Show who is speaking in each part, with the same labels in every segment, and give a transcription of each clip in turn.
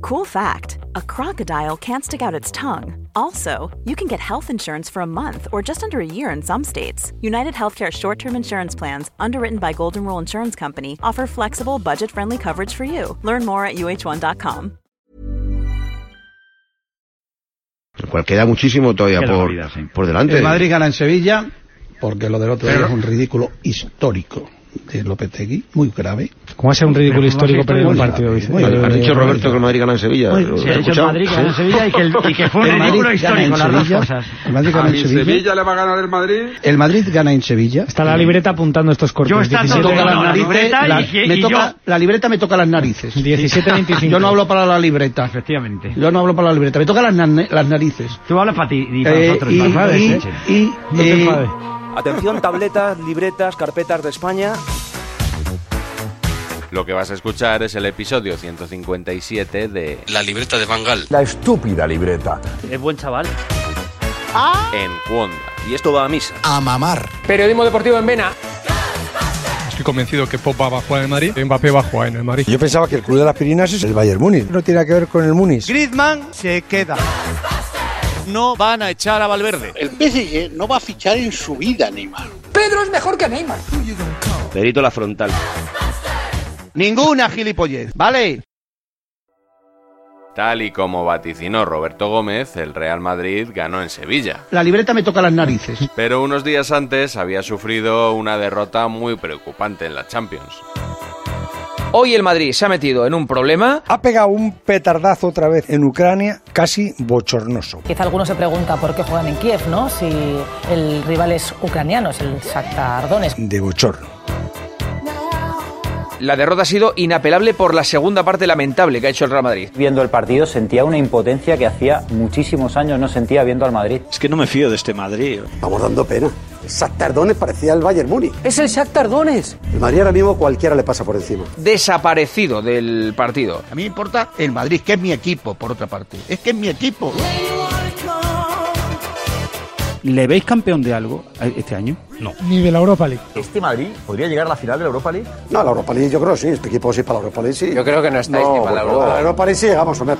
Speaker 1: Cool fact a crocodile can't stick out its tongue. Also, you can get health insurance for a month or just under a year in some states. United Healthcare short term insurance plans, underwritten by Golden Rule Insurance Company, offer flexible, budget friendly coverage for you. Learn more at uh1.com.
Speaker 2: Lo cual pues queda muchísimo todavía
Speaker 3: Queda
Speaker 2: por,
Speaker 3: vida, sí.
Speaker 2: por delante.
Speaker 4: El Madrid gana en Sevilla, porque lo del otro día es un ridículo histórico de Lopetegui, muy grave.
Speaker 5: ¿Cómo va a ser un ridículo
Speaker 3: Pero
Speaker 5: histórico
Speaker 3: no sé,
Speaker 5: perder un
Speaker 4: muy
Speaker 5: partido?
Speaker 4: rápido,
Speaker 5: Dice.
Speaker 4: muy rápido.
Speaker 2: Has dicho
Speaker 4: Eh,
Speaker 2: Roberto que el Madrid gana en Sevilla.
Speaker 4: Oye,
Speaker 2: ¿Lo-
Speaker 3: Sí,
Speaker 2: lo has
Speaker 3: ha dicho el
Speaker 2: escuchado?
Speaker 3: Madrid que ganó en Sevilla y que, el- y que fue un
Speaker 4: El Madrid
Speaker 3: ridículo
Speaker 4: gana en
Speaker 3: histórico las dos
Speaker 4: Sevilla.
Speaker 3: cosas.
Speaker 4: El Madrid gana
Speaker 6: A
Speaker 2: Ah,
Speaker 4: en
Speaker 6: mi
Speaker 4: Sevilla.
Speaker 6: Sevilla le va a ganar el Madrid.
Speaker 4: El Madrid gana en Sevilla.
Speaker 5: Está la libreta apuntando estos cortes.
Speaker 3: Yo estando
Speaker 4: Me
Speaker 5: 17,
Speaker 4: toca
Speaker 3: No,
Speaker 4: las
Speaker 3: la
Speaker 4: narices,
Speaker 3: libreta
Speaker 4: la-
Speaker 3: y-
Speaker 4: me
Speaker 3: y
Speaker 4: toca-
Speaker 3: yo-
Speaker 4: La libreta me toca las narices.
Speaker 5: 17-25.
Speaker 4: Yo no hablo para la libreta.
Speaker 3: Efectivamente.
Speaker 4: Yo no hablo para la libreta. Me toca las, na- las narices.
Speaker 3: Tú hablas para ti y para
Speaker 4: Eh,
Speaker 3: nosotros.
Speaker 4: y-
Speaker 3: para nosotros,
Speaker 4: y-
Speaker 3: sí.
Speaker 4: y-
Speaker 5: No te
Speaker 4: eh,
Speaker 5: enfades.
Speaker 7: Atención, tabletas, libretas, carpetas de España.
Speaker 8: Lo que vas a escuchar es el episodio 157 de La libreta de Bangal
Speaker 6: La estúpida libreta.
Speaker 3: Es buen chaval.
Speaker 8: en Cuonda.
Speaker 7: Y esto va a misa.
Speaker 9: Periodismo deportivo en Vena.
Speaker 5: Estoy convencido que Pop va a jugar en el Madrid. Mbappé va a jugar en el Madrid.
Speaker 6: Yo pensaba que el club de las Pirinas es el Bayern Múnich. No tiene que ver con el Múnich.
Speaker 10: Griezmann se queda. No van a echar a Valverde.
Speaker 5: El PSG no va a fichar en su vida, Neymar.
Speaker 2: Perito la frontal.
Speaker 4: Ninguna gilipollez, ¿vale?
Speaker 8: Tal y como vaticinó Roberto Gómez, el Real Madrid ganó en Sevilla.
Speaker 4: La libreta me toca las narices.
Speaker 8: Pero unos días antes había sufrido una derrota muy preocupante en la Champions.
Speaker 7: Hoy el Madrid se ha metido en un problema.
Speaker 6: Ha pegado un petardazo otra vez en Ucrania, casi bochornoso.
Speaker 10: Quizá alguno se pregunta por qué juegan en Kiev, ¿no? Si el rival es ucraniano, es el Shakhtar Donetsk.
Speaker 6: De bochorno.
Speaker 7: La derrota ha sido inapelable por la segunda parte lamentable que ha hecho el Real Madrid.
Speaker 10: Viendo el partido sentía una impotencia que hacía muchísimos años no sentía viendo al Madrid.
Speaker 3: Es que no me fío de este Madrid.
Speaker 6: Estamos dando pena. Shakhtar Donetsk parecía el Bayern Múnich.
Speaker 10: Es el Shakhtar Donetsk.
Speaker 6: El Madrid ahora mismo cualquiera le pasa por encima.
Speaker 7: Desaparecido del partido.
Speaker 4: A mí me importa el Madrid, que es mi equipo, por otra parte. Es que es mi equipo.
Speaker 3: ¿Le veis campeón de algo este año? No.
Speaker 5: Ni de la Europa League.
Speaker 10: Este Madrid podría llegar a la final de la Europa League.
Speaker 6: No, la Europa League yo creo sí. Este equipo sí para la Europa League sí.
Speaker 7: Yo creo que no estáis ni para la
Speaker 6: porque
Speaker 7: Europa.
Speaker 6: A la Europa League sí llegamos, hombre.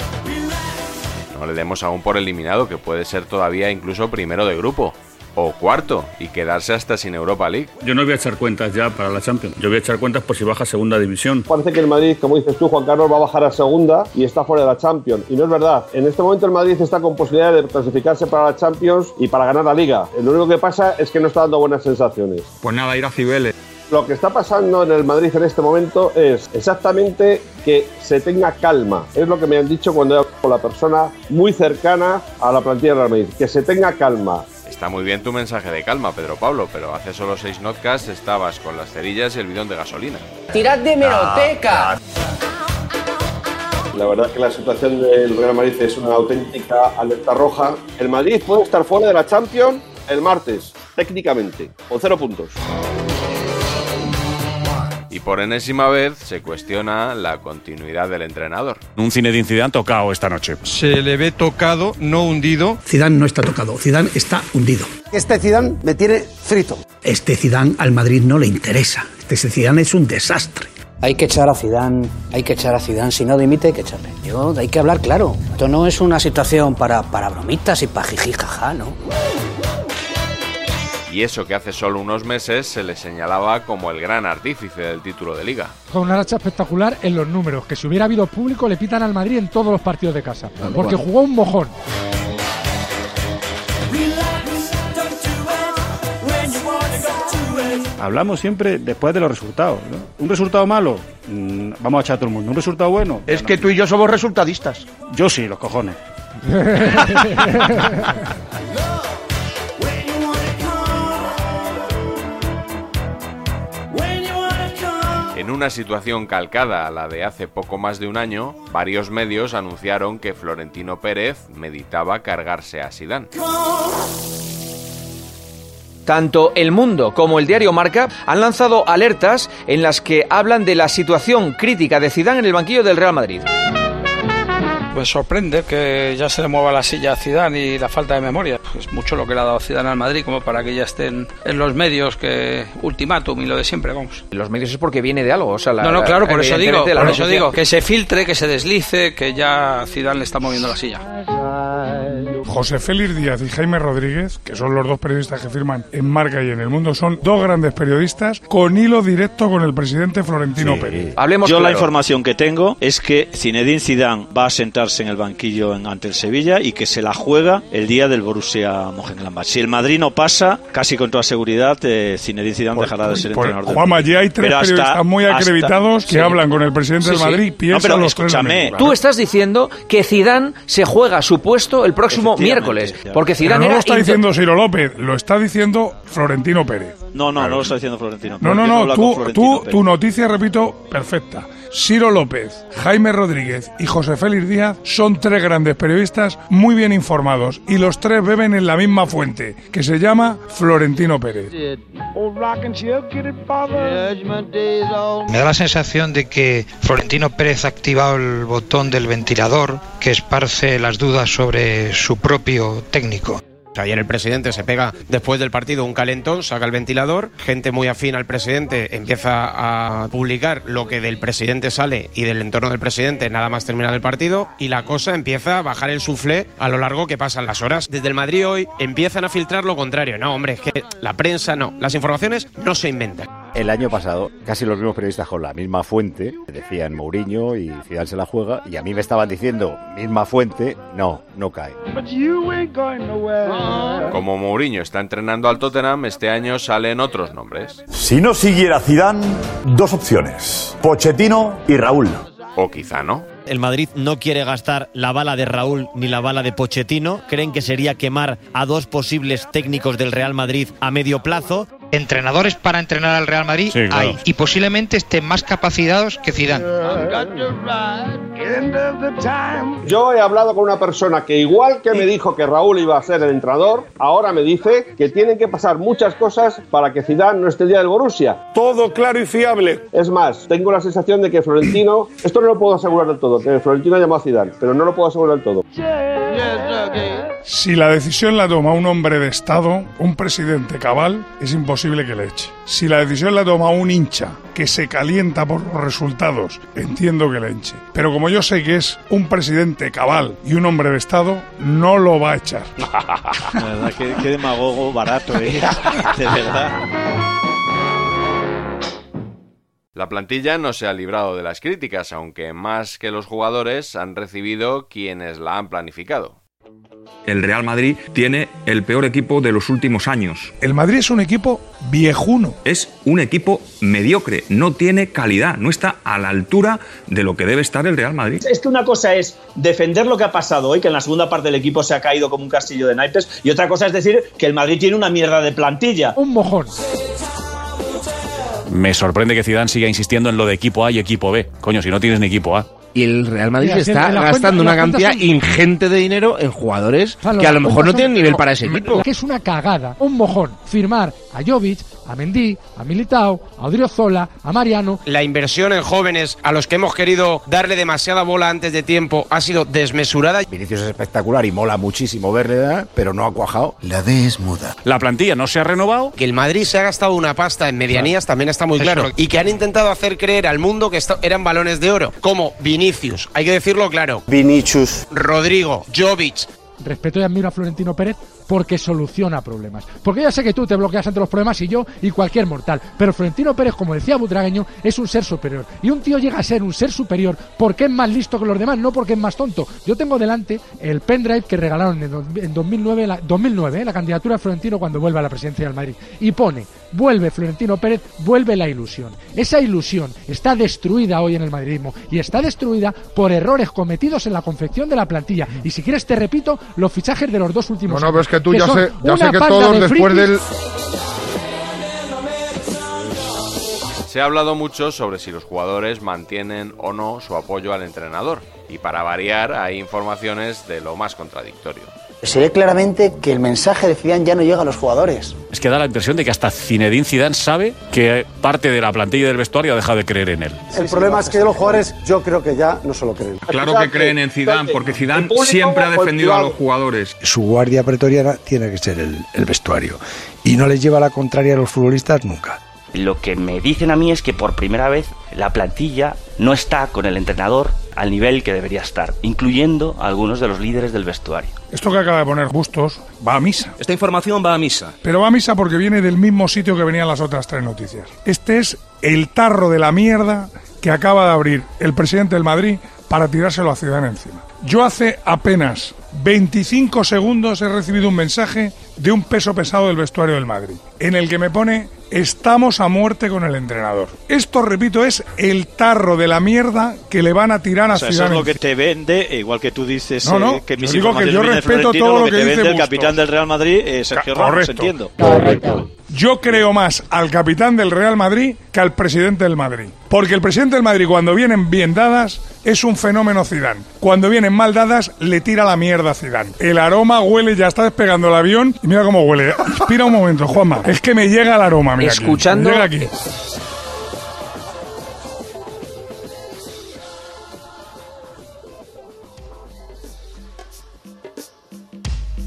Speaker 8: No le demos aún por eliminado, que puede ser todavía incluso primero de grupo. O cuarto, y quedarse hasta sin Europa League.
Speaker 3: Yo no voy a echar cuentas ya para la Champions. Yo voy a echar cuentas por si baja segunda división.
Speaker 5: Parece que el Madrid, como dices tú, Juan Carlos, va a bajar a segunda y está fuera de la Champions. Y no es verdad. En este momento el Madrid está con posibilidad de clasificarse para la Champions y para ganar la Liga. Lo único que pasa es que no está dando buenas sensaciones.
Speaker 3: Pues nada, ir a Cibeles.
Speaker 5: Lo que está pasando en el Madrid en este momento es exactamente que se tenga calma. Es lo que me han dicho cuando he hablado con la persona muy cercana a la plantilla del Real Madrid. Que se tenga calma.
Speaker 8: Está muy bien tu mensaje de calma, Pedro Pablo, pero hace solo seis notcasts estabas con las cerillas y el bidón de gasolina.
Speaker 7: Tirad de
Speaker 3: Ah.
Speaker 7: meroteca.
Speaker 5: La verdad que la situación del Real Madrid es una auténtica alerta roja. El Madrid puede estar fuera de la Champions el martes, técnicamente, con cero puntos.
Speaker 8: Y por enésima vez se cuestiona la continuidad del entrenador.
Speaker 3: Un cine de incidente tocado esta noche. pues.
Speaker 5: Se le ve tocado, no hundido.
Speaker 4: Zidane no está tocado, Zidane está hundido.
Speaker 6: Este Zidane me tiene frito.
Speaker 4: Este Zidane al Madrid no le interesa. Este Zidane es un desastre.
Speaker 10: Hay que echar a Zidane, hay que echar a Zidane. Si no dimite hay que echarle. Yo, hay que hablar claro. Esto no es una situación para, para bromitas y para jiji jaja, ¿no?
Speaker 8: Y eso que hace solo unos meses se le señalaba como el gran artífice del título de liga.
Speaker 5: Con una racha espectacular en los números. Que si hubiera habido público le pitan al Madrid en todos los partidos de casa. Porque jugó un mojón.
Speaker 3: Hablamos siempre después de los resultados. ¿no? Un resultado malo, Mm, vamos a echar a todo el mundo. Un resultado bueno,
Speaker 4: Es que tú y yo somos resultadistas.
Speaker 3: yo sí, los cojones.
Speaker 8: En En una situación calcada a la de hace poco más de un año, varios medios anunciaron que Florentino Pérez meditaba cargarse a Sidán.
Speaker 7: Tanto El Mundo como el diario Marca han lanzado alertas en las que hablan de la situación crítica de Zidane en el banquillo del Real Madrid.
Speaker 11: Pues sorprende que ya se le mueva la silla a Zidane y la falta de memoria. Es mucho lo que le ha dado Zidane al Madrid como para que ya estén en los medios que ultimátum y lo de siempre, vamos.
Speaker 7: Los medios es porque viene de algo, o sea, la-
Speaker 11: no, no,
Speaker 7: la-
Speaker 11: claro, por eso digo,
Speaker 7: evidentemente la
Speaker 11: por eso
Speaker 7: noticia-
Speaker 11: digo, que se filtre, que se deslice, que ya Zidane le está moviendo la silla.
Speaker 12: José Félix Díaz y Jaime Rodríguez, que son los dos periodistas que firman en Marca y en El Mundo, son dos grandes periodistas con hilo directo con el presidente Florentino Pérez.
Speaker 13: Yo la información que tengo es que Zinedine Zidane va a sentarse en el banquillo en- ante el Sevilla y que se la juega el día del Borussia Mönchengladbach. Si el Madrid no pasa, casi con toda seguridad eh, Zinedine Zidane dejará de ser
Speaker 12: Por-
Speaker 13: entrenador. del
Speaker 12: Pues, Juanma, allí hay
Speaker 13: Madrid.
Speaker 12: tres
Speaker 13: Pero hasta-
Speaker 12: periodistas muy
Speaker 13: hasta-
Speaker 12: acreditados que
Speaker 13: Sí.
Speaker 12: hablan con el presidente del Madrid y
Speaker 13: No,
Speaker 12: piensan
Speaker 13: pero
Speaker 12: los tres lo
Speaker 13: escúchame.
Speaker 12: mismo.
Speaker 7: Tú estás diciendo que Zidane se juega su puesto el próximo miércoles, porque
Speaker 12: Pero
Speaker 7: Zidane
Speaker 12: no
Speaker 7: era
Speaker 12: lo está
Speaker 7: inte-
Speaker 12: diciendo Ciro López, lo está diciendo Florentino Pérez.
Speaker 13: No, no, no lo está diciendo Florentino.
Speaker 12: No,
Speaker 13: Yo
Speaker 12: no,
Speaker 13: he
Speaker 12: no,
Speaker 13: hablado con
Speaker 12: tú,
Speaker 13: Florentino
Speaker 12: tú,
Speaker 13: Pérez.
Speaker 12: tu noticia, repito, perfecta. Ciro López, Jaime Rodríguez y José Félix Díaz son tres grandes periodistas muy bien informados y los tres beben en la misma fuente, que se llama Florentino Pérez.
Speaker 14: Me da la sensación de que Florentino Pérez ha activado el botón del ventilador que esparce las dudas sobre su propio técnico.
Speaker 15: Ayer el presidente se pega después del partido un calentón, saca el ventilador, gente muy afín al presidente empieza a publicar lo que del presidente sale y del entorno del presidente nada más terminar el partido y la cosa empieza a bajar el suflé a lo largo que pasan las horas. Desde el Madrid hoy empiezan a filtrar lo contrario. No, hombre, es que la prensa no, las informaciones no se inventan.
Speaker 16: El año pasado, casi los mismos periodistas con la misma fuente decían Mourinho y Zidane se la juega, y a mí me estaban diciendo, misma fuente, no, no cae.
Speaker 8: Como Mourinho está entrenando al Tottenham, este año salen otros nombres.
Speaker 17: Si no siguiera Zidane, dos opciones: Pochettino y Raúl.
Speaker 8: O quizá no.
Speaker 18: El Madrid no quiere gastar la bala de Raúl ni la bala de Pochettino. Creen que sería quemar a dos posibles técnicos del Real Madrid a medio plazo.
Speaker 14: Entrenadores para entrenar al Real Madrid
Speaker 18: Sí, claro.
Speaker 14: hay y posiblemente estén más capacitados que Zidane.
Speaker 5: Yo he hablado con una persona que igual que me dijo que Raúl iba a ser el entrenador, ahora me dice que tienen que pasar muchas cosas para que Zidane no esté el día del Borussia. Todo claro y fiable. Es más, tengo la sensación de que Florentino, esto no lo puedo asegurar del todo, que Florentino llamó a Zidane, pero no lo puedo asegurar del todo.
Speaker 12: Si la decisión la toma un hombre de Estado, un presidente cabal, es imposible que le eche. Si la decisión la toma un hincha que se calienta por los resultados, entiendo que le eche. Pero como yo sé que es un presidente cabal y un hombre de Estado, no lo va a echar.
Speaker 13: La verdad, qué, qué demagogo barato, ¿eh? De verdad.
Speaker 8: La plantilla no se ha librado de las críticas, aunque más que los jugadores han recibido quienes la han planificado.
Speaker 19: El Real Madrid tiene el peor equipo de los últimos años.
Speaker 12: El Madrid es un equipo viejuno.
Speaker 19: Es un equipo mediocre, no tiene calidad, no está a la altura de lo que debe estar el Real Madrid.
Speaker 20: Es que una cosa es defender lo que ha pasado hoy, que en la segunda parte del equipo se ha caído como un castillo de naipes, y otra cosa es decir que el Madrid tiene una mierda de plantilla. Un mojón.
Speaker 21: Me sorprende que Zidane siga insistiendo en lo de equipo A y equipo B. Coño, si no tienes ni equipo A.
Speaker 22: Y el Real Madrid
Speaker 21: Mira,
Speaker 22: está
Speaker 21: siempre la
Speaker 22: gastando una
Speaker 21: cuenta- las cuentas
Speaker 22: cantidad
Speaker 21: son-
Speaker 22: ingente de dinero en jugadores
Speaker 23: Claro,
Speaker 22: que a Ah, lo
Speaker 23: las
Speaker 22: mejor no
Speaker 23: cuentas
Speaker 22: tienen
Speaker 23: son-
Speaker 22: nivel para ese equipo.
Speaker 23: Que es una cagada, un mojón, firmar a Jovic, a Mendy, a Militao, a Odriozola, a Mariano.
Speaker 15: La inversión en jóvenes a los que hemos querido darle demasiada bola antes de tiempo ha sido desmesurada.
Speaker 16: Vinicius es espectacular y mola muchísimo verle, ¿verdad? pero no ha cuajado. La D es muda.
Speaker 21: La plantilla no se ha renovado.
Speaker 15: Que el Madrid se ha gastado una pasta en medianías también está muy claro. Y que han intentado hacer creer al mundo que esto eran balones de oro. Como Vinicius, hay que decirlo claro. Vinicius. Rodrigo, Jovic.
Speaker 23: Respeto y admiro a Florentino Pérez porque soluciona problemas. Porque ya sé que tú te bloqueas ante los problemas y yo y cualquier mortal. Pero Florentino Pérez, como decía Butragueño, es un ser superior. Y un tío llega a ser un ser superior porque es más listo que los demás, no porque es más tonto. Yo tengo delante el pendrive que regalaron en dos- en 2009, la, 2009 eh, la candidatura de Florentino cuando vuelve a la presidencia del Madrid. Y pone, vuelve Florentino Pérez, vuelve la ilusión. Esa ilusión está destruida hoy en el madridismo y está destruida por errores cometidos en la confección de la plantilla. Y si quieres te repito los fichajes de los dos últimos
Speaker 24: No, no, pero es que tú ya
Speaker 23: son
Speaker 24: sé, ya
Speaker 23: una
Speaker 24: sé que
Speaker 23: panda
Speaker 24: todos
Speaker 23: de
Speaker 24: después
Speaker 23: frikis.
Speaker 24: del.
Speaker 8: Se ha hablado mucho sobre si los jugadores mantienen o no su apoyo al entrenador, y para variar hay informaciones de lo más contradictorio.
Speaker 10: Se ve claramente que el mensaje de Zidane ya no llega a los jugadores.
Speaker 21: Es que da la impresión de que hasta Zinedine Zidane sabe que parte de la plantilla del vestuario ha dejado de creer en él.
Speaker 9: El problema es que los jugadores yo creo que ya no se lo creen.
Speaker 19: Claro que creen en Zidane, porque Zidane
Speaker 9: público
Speaker 19: siempre ha
Speaker 9: o el
Speaker 19: defendido a
Speaker 9: privado?
Speaker 19: los jugadores.
Speaker 4: Su guardia pretoriana tiene que ser el, el vestuario. Y no les lleva la contraria a los futbolistas nunca.
Speaker 25: Lo que me dicen a mí es que por primera vez la plantilla no está con el entrenador al nivel que debería estar, incluyendo a algunos de los líderes del vestuario.
Speaker 12: Esto que acaba de poner Bustos va a misa.
Speaker 25: Esta información va a misa.
Speaker 12: Pero va a misa porque viene del mismo sitio que venían las otras tres noticias. Este es el tarro de la mierda que acaba de abrir el presidente del Madrid para tirárselo a Ciudad encima. Yo hace apenas 25 segundos he recibido un mensaje de un peso pesado del vestuario del Madrid, en el que me pone estamos a muerte con el entrenador. Esto, repito, es el tarro de la mierda que le van a tirar a
Speaker 13: O sea,
Speaker 12: Ciudad
Speaker 13: eso es lo que te vende, eh, igual que tú dices
Speaker 12: No,
Speaker 13: eh,
Speaker 12: no,
Speaker 13: que
Speaker 12: yo
Speaker 13: mis
Speaker 12: digo que
Speaker 13: informaciones
Speaker 12: yo
Speaker 13: vienen de
Speaker 12: respeto
Speaker 13: Florentino,
Speaker 12: todo
Speaker 13: lo
Speaker 12: lo
Speaker 13: que
Speaker 12: que
Speaker 13: te
Speaker 12: dice
Speaker 13: vende el
Speaker 12: Bustos.
Speaker 13: capitán del Real Madrid, eh, Sergio
Speaker 12: Ca-
Speaker 13: Ramos,
Speaker 12: correcto.
Speaker 13: entiendo.
Speaker 12: Yo creo más al capitán del Real Madrid que al presidente del Madrid. Porque el presidente del Madrid, cuando vienen bien dadas, es un fenómeno Zidane. Cuando vienen mal dadas, le tira la mierda a Zidane. El aroma huele, ya está despegando el avión. Y mira cómo huele. Inspira un momento, Juanma. Es que me llega el aroma, mira. aquí. Me
Speaker 7: Escuchando-
Speaker 12: llega aquí.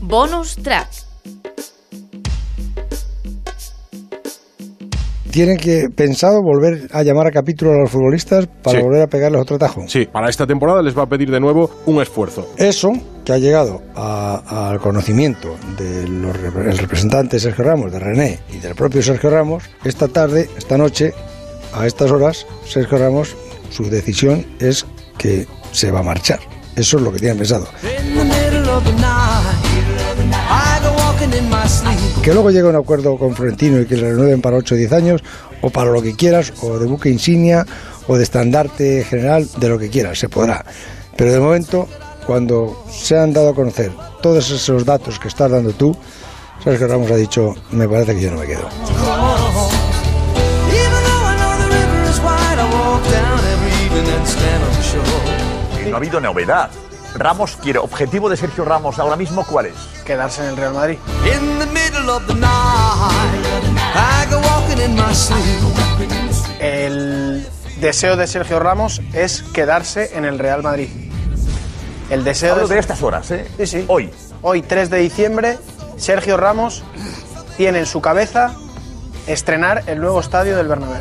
Speaker 1: Bonus track.
Speaker 6: ¿Tienen que pensado volver a llamar a capítulo a los futbolistas para
Speaker 2: Sí.
Speaker 6: volver a pegarles otro tajo?
Speaker 2: Sí, para esta temporada les va a pedir de nuevo un esfuerzo.
Speaker 6: Eso que ha llegado a- al conocimiento del representante Sergio Ramos, de René y del propio Sergio Ramos, esta tarde, esta noche, a estas horas, Sergio Ramos, su decisión es que se va a marchar. Eso es lo que tienen pensado.
Speaker 24: In the middle of the night, I go walking in my sleep.
Speaker 6: Que luego llegue a un acuerdo con Florentino y que le renueven para 8 o 10 años, o para lo que quieras, o de buque insignia, o de estandarte general, de lo que quieras, se podrá. Pero de momento, cuando se han dado a conocer todos esos datos que estás dando tú, Sergio Ramos ha dicho, me parece que yo no me quedo.
Speaker 24: Even though I know the river is wide, I walk down every evening and stand on the shore.
Speaker 17: No ha habido novedad. Ramos quiere. ¿Objetivo de Sergio Ramos ahora mismo cuál es?
Speaker 24: Quedarse en el Real Madrid. In the middle of the night, I go walking in my sleep.
Speaker 26: El deseo de Sergio Ramos es quedarse en el Real Madrid. El deseo
Speaker 17: Hablo de
Speaker 26: estas horas, ¿eh? Sí, sí. Hoy. Hoy, 3 de diciembre, Sergio Ramos tiene en su cabeza estrenar el nuevo estadio del Bernabéu.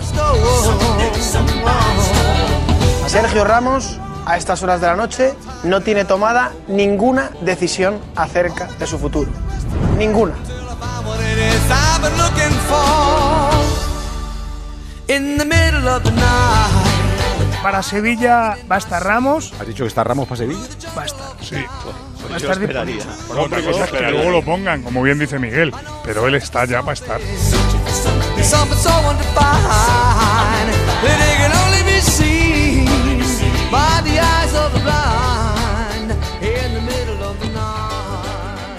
Speaker 26: Sergio Ramos, a estas horas de la noche, no tiene tomada ninguna decisión acerca de su futuro. Ninguna.
Speaker 24: I've been looking for. In the middle of the night.
Speaker 27: Para Sevilla va a estar Ramos.
Speaker 16: ¿Has dicho que está Ramos para Sevilla?
Speaker 27: Va a estar.
Speaker 12: Sí.
Speaker 27: Va
Speaker 13: Pues
Speaker 27: a estar disponible.
Speaker 12: Bueno, otra cosa es que luego lo pongan, como bien dice Miguel. Pero él está ya para estar.
Speaker 24: Something so undefined that it can only be seen by the eyes of the blind in the middle of the night.